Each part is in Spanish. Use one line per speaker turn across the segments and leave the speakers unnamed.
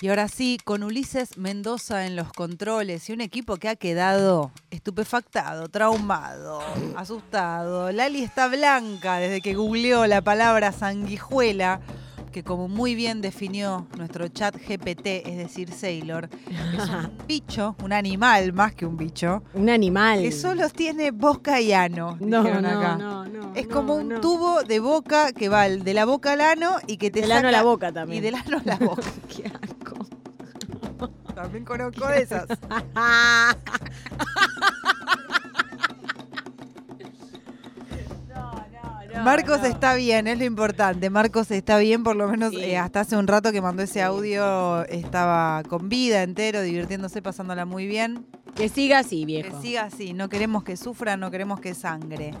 Y ahora sí, con Ulises Mendoza en los controles y un equipo que ha quedado estupefactado, traumado, asustado. Lali está blanca desde que googleó la palabra sanguijuela, que como muy bien definió nuestro chat GPT, es decir, Sailor, es un bicho, un animal más que un bicho,
Un animal.
que solo tiene boca y ano,
No,
dijeron
no,
acá.
no, no,
Es
no,
como un
no.
tubo de boca que va de la boca al ano y que te
Del ano a la
saca-
boca también.
Y del ano a la boca.
Qué asco.
También conozco esas. Ah. Marcos está bien, es lo importante. Marcos está bien, por lo menos
Sí.
eh, hasta hace un rato que mandó ese audio estaba con vida entero, divirtiéndose, pasándola muy bien.
Que siga así,
Que
viejo.
siga así, no queremos que sufra, no queremos que sangre.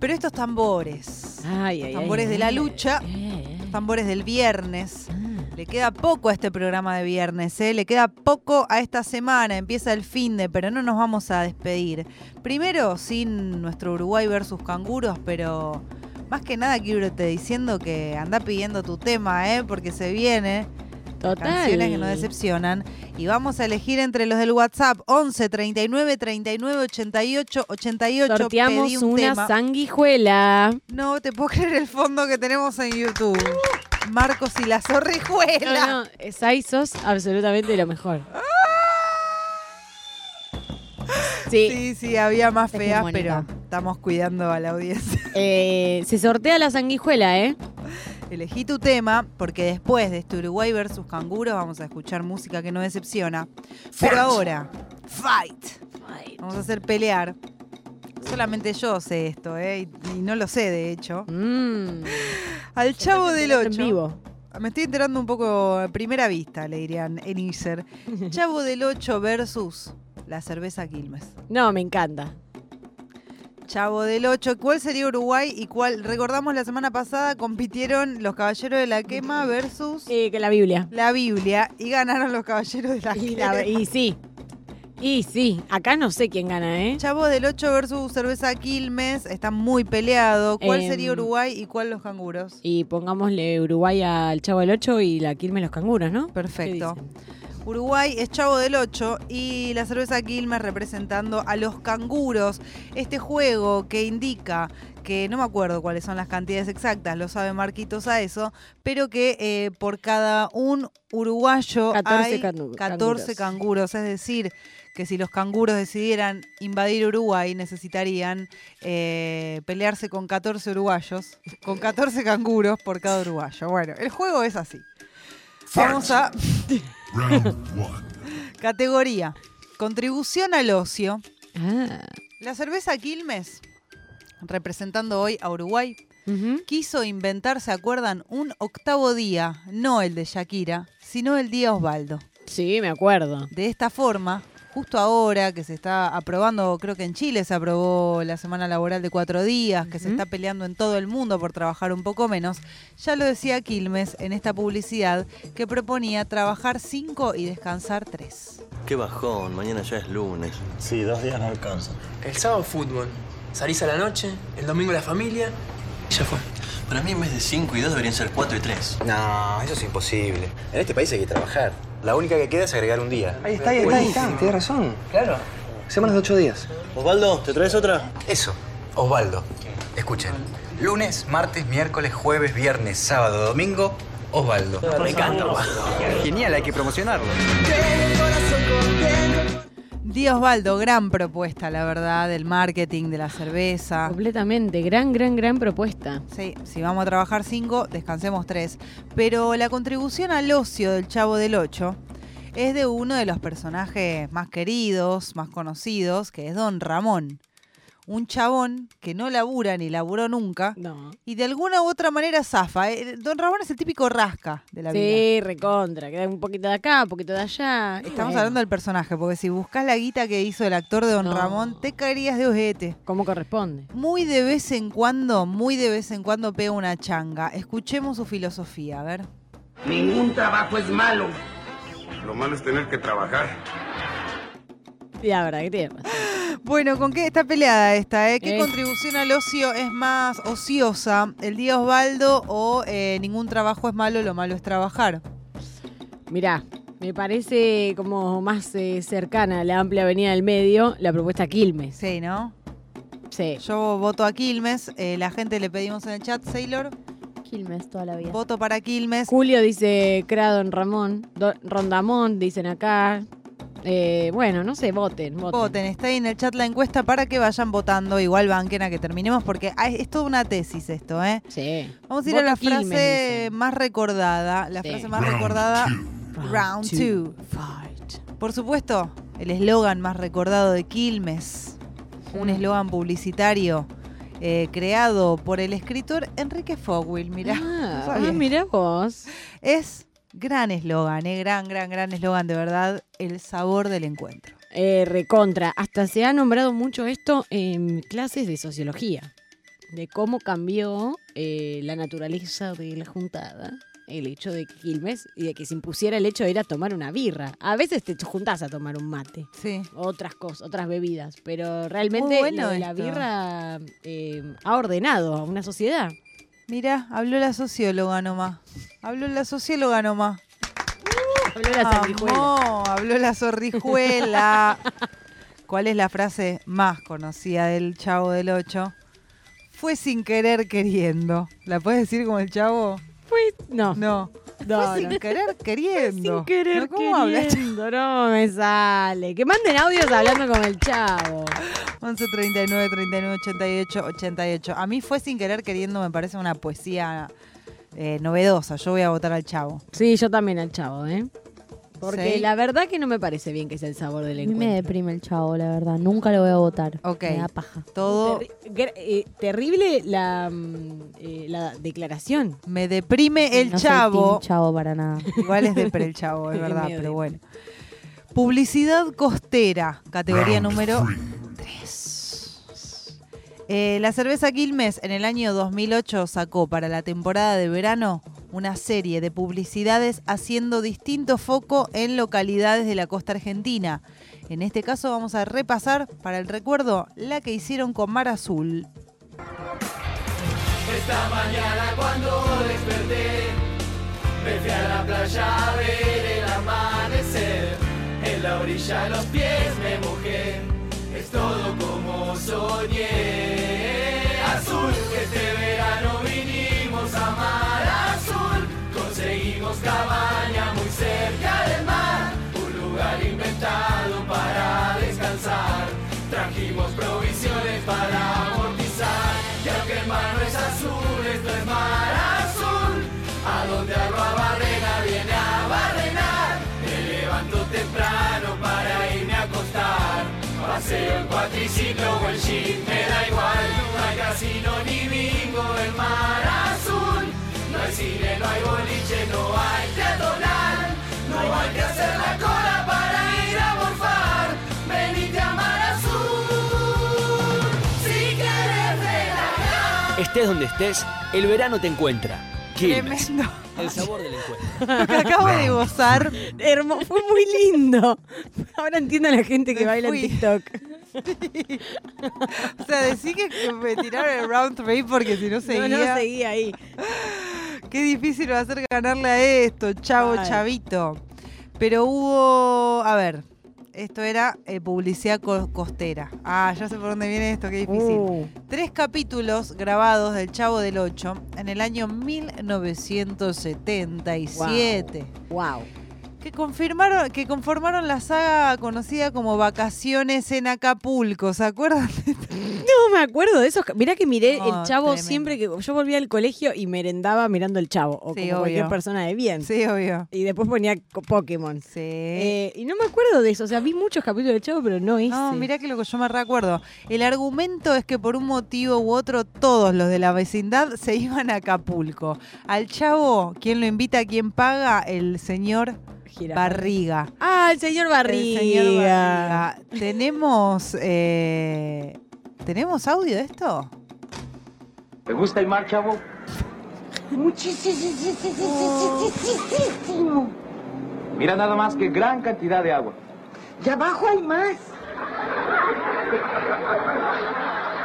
Pero estos tambores,
Ay, ay, ay,
Tambores
ay,
de la
ay,
lucha.
ay, ay.
tambores del viernes,
Ah.
Le queda poco a este programa de viernes, ¿eh? le queda poco a esta semana, empieza el fin de, pero no nos vamos a despedir. Primero, sin nuestro Uruguay versus canguros, pero más que nada quiero irte diciendo que anda pidiendo tu tema, ¿eh? porque se viene
Total.
canciones que nos decepcionan. Y vamos a elegir entre los del WhatsApp 11 39 39 88 88. pedí
Sorteamos
un
una
tema.
sanguijuela.
No, te puedo creer el fondo que tenemos en YouTube. Marcos y la zorrijuela.
Uh. No, no, Sai sos absolutamente lo mejor.
Ah.
Sí,
Sí, sí, había más
Es
feas,
hegemónica.
pero estamos cuidando a la audiencia.
eh, se sortea la sanguijuela, ¿eh?
Elegí tu tema porque después de este Uruguay versus canguros vamos a escuchar música que no decepciona. Pero ahora, fight. Vamos a hacer pelear. Solamente yo sé esto, ¿eh? Y- Y no lo sé, de hecho.
Mm.
Al Chavo del
En
8.
vivo.
Me estoy enterando un poco a primera vista, le dirían en Iser. Chavo del 8 versus la cerveza Quilmes.
No, me encanta.
Chavo del 8, ¿cuál sería Uruguay y cuál? Recordamos la semana pasada compitieron los Caballeros de la Quema versus
Eh, que la Biblia.
la Biblia y ganaron los Caballeros de la
Y,
Quema.
la- y sí. Y sí. Acá no sé quién gana, ¿eh?
Chavo del 8 versus Cerveza Quilmes, está muy peleado. ¿Cuál
Em.
sería Uruguay y cuál los canguros?
Y pongámosle Uruguay al Chavo del 8 y la Quilmes los canguros, ¿no?
Perfecto.
¿Qué dicen?
Uruguay es Chavo del 8 y la cerveza Quilmes representando a los canguros. Este juego que indica que no me acuerdo cuáles son las cantidades exactas, lo sabe Marquitos a eso, pero que eh, por cada un uruguayo
14
hay
cangu-
14
canguros.
canguros. Es decir, que si los canguros decidieran invadir Uruguay, necesitarían eh, pelearse con 14 uruguayos, con 14 canguros por cada uruguayo. Bueno, el juego es así. Vamos a
Round one.
Categoría. Contribución al ocio.
Ah.
La cerveza Quilmes, representando hoy a Uruguay,
Ujú.
quiso inventar, ¿se acuerdan? Un octavo día, no el de Shakira, sino el día Osvaldo.
Sí, me acuerdo.
De esta forma, justo ahora que se está aprobando, creo que en Chile se aprobó la semana laboral de cuatro días, que se
Ujú.
está peleando en todo el mundo por trabajar un poco menos, ya lo decía Quilmes en esta publicidad que proponía trabajar cinco y descansar tres.
Qué bajón, mañana ya es lunes.
Sí, dos días no alcanza.
El sábado fútbol. Salís a la noche, el domingo la familia y ya fue.
Para mí en vez de 5 y 2 deberían ser 4 y 3.
No, eso es imposible. En este país hay que trabajar. La única que queda es agregar un día.
Ahí está, ahí está, ahí está. Tienes razón.
Claro.
Semanas de ocho días.
Osvaldo, ¿te traes otra?
Eso, Osvaldo. Escuchen. Lunes, martes, miércoles, jueves, viernes, sábado, domingo, Osvaldo. Me encanta Osvaldo. Genial, hay que promocionarlo.
Día Osvaldo, gran propuesta, la verdad, del marketing, de la cerveza.
Completamente. Gran, gran, gran propuesta.
Sí, si vamos a trabajar cinco, descansemos tres. Pero la contribución al ocio del Chavo del Ocho es de uno de los personajes más queridos, más conocidos, que es Don Ramón. Un chabón que no labura ni laburó nunca
No.
y de alguna u otra manera zafa. Eh, Don Ramón es el típico rasca de la vida.
Sí, recontra. Queda un poquito de acá, un poquito de allá. Y
Estamos
bueno,
hablando del personaje, porque si buscas la guita que hizo el actor de Don
No.
Ramón, te caerías de ojete.
¿Cómo corresponde?
Muy de vez en cuando, muy de vez en cuando pega una changa. Escuchemos su filosofía, a ver.
Ningún trabajo es malo. Lo malo es tener que trabajar.
Y la verdad que tiene razón.
Bueno, ¿con qué está peleada esta? Eh? ¿Qué
Eh.
contribución al ocio es más ociosa? ¿El día Osvaldo o eh, ningún trabajo es malo, lo malo es trabajar?
Mirá, me parece como más eh, cercana a la amplia avenida del medio la propuesta Quilmes.
Sí, ¿no?
Sí.
Yo voto a Quilmes. eh, la gente le pedimos en el chat, Sailor,
Quilmes toda la vida.
voto para Quilmes.
Julio dice Cradon Ramón, Do- Rondamón dicen acá. Eh, bueno, no sé, voten, voten.
Voten, está ahí en el chat la encuesta para que vayan votando. Igual banquen a que terminemos porque ah, es toda una tesis esto, ¿eh?
Sí.
Vamos a ir
Voto
a la
Quilmes,
frase
dicen.
más recordada. La
Sí.
frase más recordada,
Round two.
round two.
Fight.
por supuesto, el eslogan más recordado de Quilmes. Un
Mm.
eslogan publicitario eh, creado por el escritor Enrique Fogwill. Mirá,
Ah,
no sabía.
ah, mirá vos.
Es gran eslogan, eh, gran, gran, gran eslogan de verdad. El sabor del encuentro.
Eh, recontra. Hasta se ha nombrado mucho esto en clases de sociología. De cómo cambió eh, la naturaleza de la juntada. El hecho de que Quilmes y de que se impusiera el hecho de ir a tomar una birra. A veces te juntás a tomar un mate.
Sí.
Otras cosas, otras bebidas. Pero realmente
Muy bueno
lo de la
esto.
birra eh, ha ordenado a una sociedad.
Mirá, habló la socióloga nomás. Habló la socióloga nomás.
Habló la sanguijuela.
Ah, No, habló la zorrijuela. ¿Cuál es la frase más conocida del Chavo del Ocho? Fue sin querer queriendo. ¿La puedes decir como el Chavo?
Fue- no.
No.
No,
Fue sin
no.
querer queriendo.
Sin querer,
¿No? ¿Cómo hablas?
queriendo, no me sale. Que manden audios hablando con el chavo.
11 39 39 88 88. A mí fue sin querer queriendo, me parece una poesía eh, novedosa. Yo voy a votar al Chavo.
Sí, yo también al chavo, ¿eh? Porque
Sí.
la verdad que no me parece bien que sea el sabor del
A mí me
encuentro.
deprime el chavo, la verdad. Nunca lo voy a votar.
Ok.
Me da paja.
Todo
Terri- gra- eh, terrible la, mm, eh, la declaración.
me deprime el
No soy
Chavo.
team chavo para nada.
Igual es de el Chavo, es
Qué
verdad,
miedo.
pero bueno. Publicidad costera, categoría
Round
número
three.
3. la cerveza Quilmes en el año 2008 sacó para la temporada de verano una serie de publicidades haciendo distinto foco en localidades de la costa argentina. En este caso vamos a repasar para el recuerdo la que hicieron con Mar Azul.
Estés donde estés, el verano te encuentra. Quilmes,
Tremendo.
el sabor del encuentro.
Lo que acabo de gozar.
Hermo- fue muy lindo. Ahora entiendo a la gente que
Me
baila
fui.
en TikTok.
O sea, decí que que me tiraron el round 3 porque si no seguía.
No, no, seguía ahí.
Qué difícil va a ser ganarle a esto, chavo
Ay.
chavito. Pero hubo, a ver, esto era eh, publicidad co- costera. Ah, ya sé por dónde viene esto, qué difícil.
Uh,
Tres capítulos grabados del Chavo del Ocho en el año 1977.
wow.
Que, confirmaron, que conformaron la saga conocida como Vacaciones en Acapulco. ¿Se acuerdan?
No me acuerdo de esos. ca- Mirá que miré
No,
el chavo
Oh, tremendo.
siempre que yo volvía al colegio y merendaba mirando el chavo. O
Sí,
como cualquier
obvio.
persona de bien.
Sí, obvio.
Y después ponía co- Pokémon.
Sí.
Eh, y no me acuerdo de eso. O sea, vi muchos capítulos del chavo, pero no hice.
No, mirá que lo que yo me recuerdo. El argumento es que por un motivo u otro todos los de la vecindad se iban a Acapulco. Al chavo, quien lo invita, quien paga, el señor
Jirafa.
Barriga.
Ah, el señor Barriga. Ah,
El señor Barriga. Tenemos, eh, ¿tenemos audio de esto?
¿Te gusta el mar, chavo?
Muchísimo.
Mira nada más que gran cantidad de agua.
Y abajo hay más.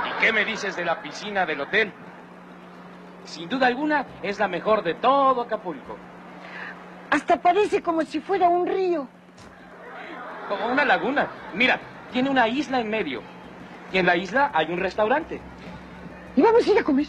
¿Y qué me dices de la piscina del hotel? Sin duda alguna, es la mejor de todo Acapulco.
Hasta parece como si fuera un río.
Como una laguna. Mira, tiene una isla en medio. Y en la isla hay un restaurante.
Y vamos a ir a comer.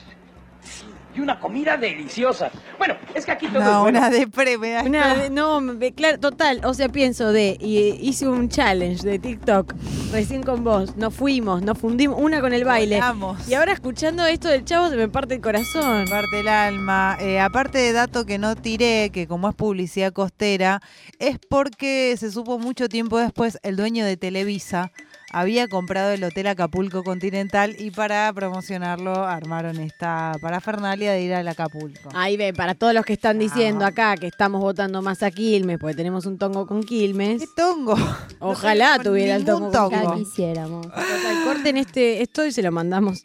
Y una comida deliciosa. Bueno, es que aquí todo es
No,
bueno.
una
de premia.
no, me- claro, total. O sea, pienso de. y- eh, hice un challenge de TikTok recién con vos. Nos fuimos, nos fundimos una con el baile.
Volamos.
Y ahora escuchando esto del chavo se me parte el corazón.
Parte el alma. Eh, aparte de dato que no tiré, que como es publicidad costera, es porque se supo mucho tiempo después el dueño de Televisa había comprado el Hotel Acapulco Continental y para promocionarlo armaron esta parafernalia de ir al Acapulco.
Ahí ve, para todos los que están diciendo acá que estamos votando más a Quilmes, porque tenemos un tongo con Quilmes. ¿Qué
tongo?
Ojalá
tenemos
tuviera el tongo,
ningún
con
Ya
Quilmes.
quisiéramos.
Total, corten este, esto y se lo mandamos.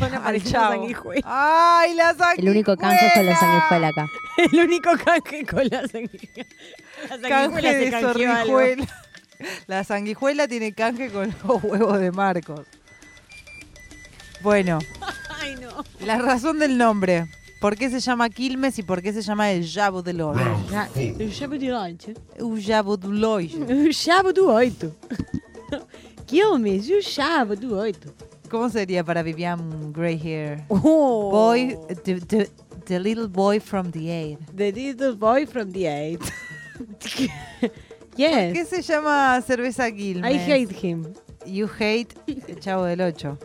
Van a aparecer los sanguijuelas.
¡Ay, la
El único canje es con la sanguijuela acá.
El único canje con la sanguijuela. La sanguijuela
Canje
se
de
canjeó algo.
sanguijuela. La sanguijuela tiene canje con los huevos de Marcos. Bueno.
Ay, no.
La razón del nombre. ¿Por qué se llama Quilmes y por qué se llama el Jabo del Ocho?
Ya- ya me tiró ancho.
El Jabo del Ocho.
El Jabo del Ocho. Quilmes, el Jabo del Ocho.
¿Cómo sería para Vivian Greyhair?
Oh.
Boy, the, the- the little boy from the eight.
The little boy from the eight. yes.
¿Por qué se llama cerveza Quilmes?
I hate him.
You hate el Chavo del Ocho.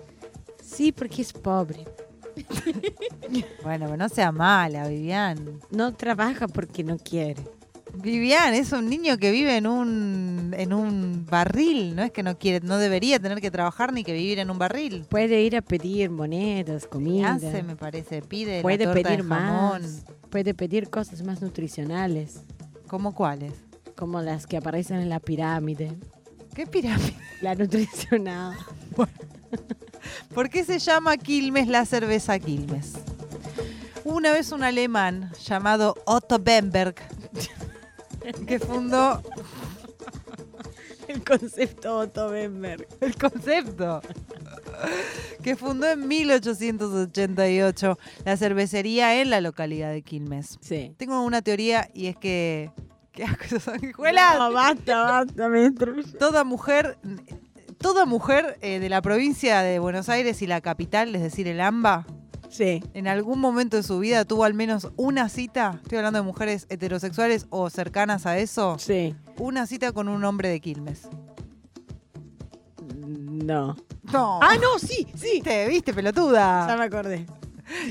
Sí, porque es pobre.
Bueno, pero no sea mala, Vivian.
No trabaja porque no quiere.
Vivian es un niño que vive en un, en un barril, no es que no quiere, no debería tener que trabajar ni que vivir en un barril.
Puede ir a pedir monedas, comida.
hace, me parece? Pide la
Puede
torta de
pedir
jamón.
más. Puede pedir cosas más nutricionales.
¿Cómo cuáles?
Como las que aparecen en la pirámide.
¿Qué pirámide?
La nutricional.
¿Por qué se llama Quilmes la cerveza Quilmes? Una vez un alemán llamado Otto Bemberg que fundó
El concepto Otto Bemberg.
el concepto que fundó en 1888 la cervecería en la localidad de Quilmes.
Sí.
Tengo una teoría y es que qué asco esas sanguijuelas.
No, basta, basta, me destruye.
Toda mujer, toda mujer eh, de la provincia de Buenos Aires y la capital, es decir, el AMBA,
Sí.
en algún momento de su vida tuvo al menos una cita, estoy hablando de mujeres heterosexuales o cercanas a eso,
Sí.
una cita con un hombre de Quilmes.
No.
No.
Ah, no, sí, sí.
Te viste,
Ya
pelotuda.
me acordé.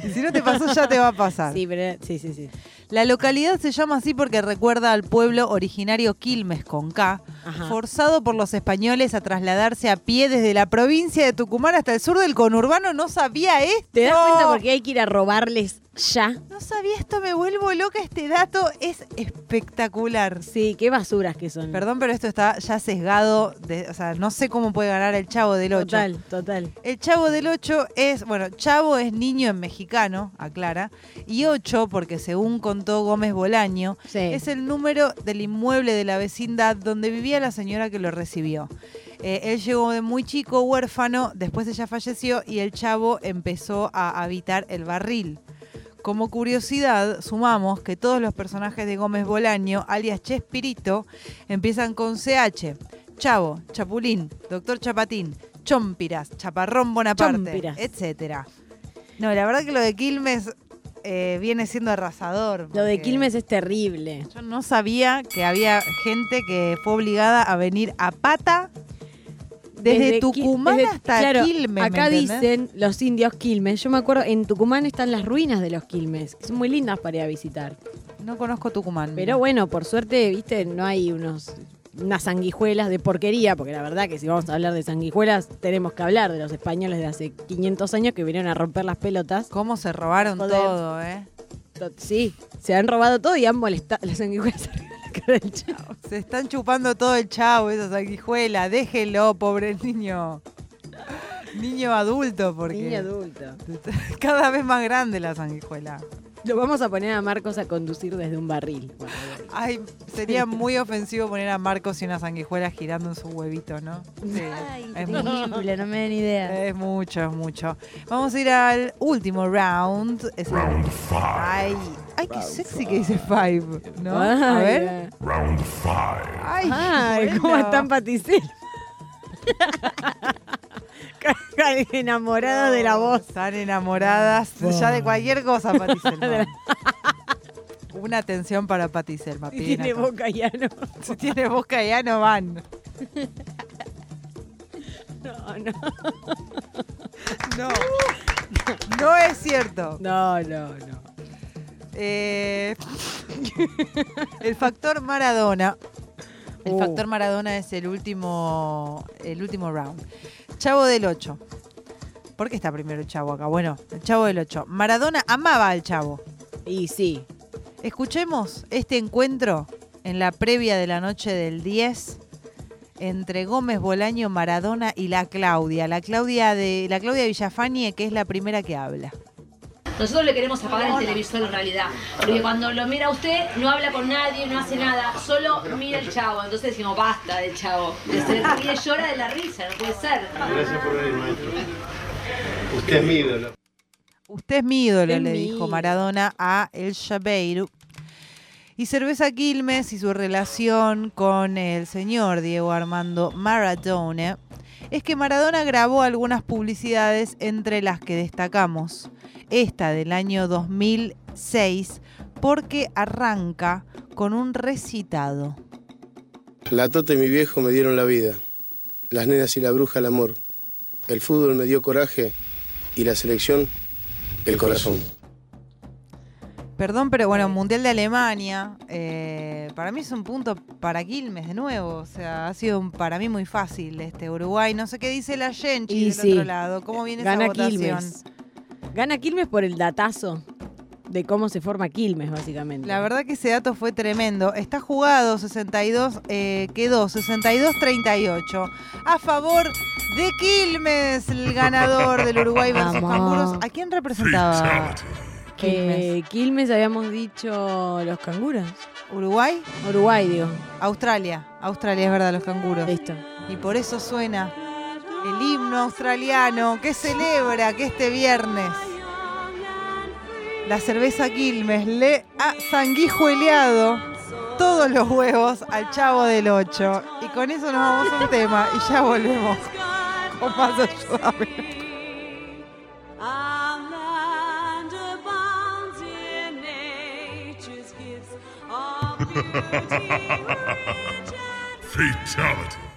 Y Si no te pasó, ya te va a pasar.
Sí, pero, sí, sí, sí.
La localidad se llama así porque recuerda al pueblo originario Quilmes con K,
Ajá.
forzado por los españoles a trasladarse a pie desde la provincia de Tucumán hasta el sur del conurbano. No sabía esto.
¿Te das cuenta por qué hay que ir a robarles ya?
No sabía esto, me vuelvo loca. Este dato es espectacular.
Sí, qué basuras que son.
Perdón, pero esto está ya sesgado. de- o sea, no sé cómo puede ganar el Chavo del 8.
Total, total.
El Chavo del 8 es, bueno, Chavo es niño en mexicano, aclara, y 8, porque según contó Gómez Bolaño,
Sí.
es el número del inmueble de la vecindad donde vivía la señora que lo recibió. Eh, él llegó de muy chico, huérfano, después ella falleció y el chavo empezó a habitar el barril. Como curiosidad, sumamos que todos los personajes de Gómez Bolaño, alias Chespirito, empiezan con CH. Chavo, Chapulín, Doctor Chapatín, Chompiras, Chaparrón Bonaparte,
Chompiras.
etcétera. No, la verdad que lo de Quilmes eh, viene siendo arrasador.
Lo de
porque-
Quilmes es terrible.
yo no sabía que había gente que fue obligada a venir a pata desde,
Qui-
Tucumán
desde-
hasta
claro,
Quilmes. ¿me
Acá
entendés?
dicen los indios Quilmes. Yo me acuerdo, en Tucumán están las ruinas de los Quilmes, que son muy lindas para ir a visitar.
No conozco Tucumán.
Pero bueno, por suerte, viste, no hay unos unas sanguijuelas de porquería, porque la verdad que si vamos a hablar de sanguijuelas, tenemos que hablar de los españoles de hace 500 años que vinieron a romper las pelotas.
Cómo se robaron
Joder.
todo, ¿eh?
To- Sí, se han robado todo y han molestado las sanguijuelas arriba de la cara del chavo.
Se están chupando todo el chavo, esa sanguijuela. Déjelo, pobre niño. Niño adulto, porque
Niño adulto.
cada vez más grande la sanguijuela.
Lo vamos a poner a Marcos a conducir desde un barril.
Ay, sería muy ofensivo poner a Marcos y una sanguijuela girando en su huevito, ¿no? Sí.
Ay,
es
terrible, no me den idea.
Es mucho, es mucho. Vamos a ir al último round. Es el- Ay, ay, qué sexy que dice five, ¿no? a
Ay,
ver.
eh.
Round five.
Ay,
Ay, ¿cómo
bueno.
están Paticel? Enamorada de la voz.
Están enamoradas ya de cualquier cosa, Pati Selma. Una atención para Pati Selma.
Si tiene
piden acá.
boca ya no.
Si tiene boca ya no van.
No, no.
No. No es cierto.
No, no, no.
Eh, el factor Maradona. El
Oh.
factor Maradona es el último, el último round. Chavo del 8. ¿Por qué está primero el Chavo acá? Bueno, el Chavo del 8. Maradona amaba al Chavo.
Y sí.
Escuchemos este encuentro en la previa de la noche del 10 entre Gómez Bolaño, Maradona y la Claudia. La Claudia de la Claudia Villafañe, que es la primera que habla.
Nosotros le queremos apagar el televisor en realidad, porque cuando lo mira usted no habla con nadie, no hace nada, solo mira el chavo. Entonces decimos, basta del chavo. Se ríe, llora de la risa, no puede ser.
Gracias por venir, maestro. Usted es mi ídolo.
Usted es mi ídolo,
Usted es
le
mi
dijo
ídolo.
Maradona a El Shabeiro. Y Cerveza Quilmes y su relación con el señor Diego Armando Maradona es que Maradona grabó algunas publicidades entre las que destacamos esta del año 2006 porque arranca con un recitado.
La Tota y mi viejo me dieron la vida. Las nenas y la bruja el amor. El fútbol me dio coraje y la selección el corazón.
Perdón, pero
Eh.
bueno, Mundial de Alemania, eh, para mí es un punto para Quilmes de nuevo. O sea, ha sido un- para mí muy fácil este Uruguay. No sé qué dice la Genchi
Y
del
sí. eh,
otro lado. ¿Cómo viene
Gana
esa votación?
Quilmes. Gana Quilmes por el datazo de cómo se forma Quilmes, básicamente.
La verdad que ese dato fue tremendo. Está jugado 62, eh, quedó 62-38. A favor de Quilmes, el ganador del Uruguay versus
Vamos.
Canguros. ¿A quién representaba?
Quilmes. Eh, Quilmes habíamos dicho los canguros.
¿Uruguay?
Uruguay, digo.
Australia. Australia, es verdad, los canguros.
Listo.
Y por eso suena el himno australiano que celebra que este viernes la cerveza Quilmes le ha sanguijueleado todos los huevos al chavo del 8. Y con eso nos vamos a un tema y ya volvemos con más ayuda.
Our land abounds in nature's gifts of beauty.
Fatality.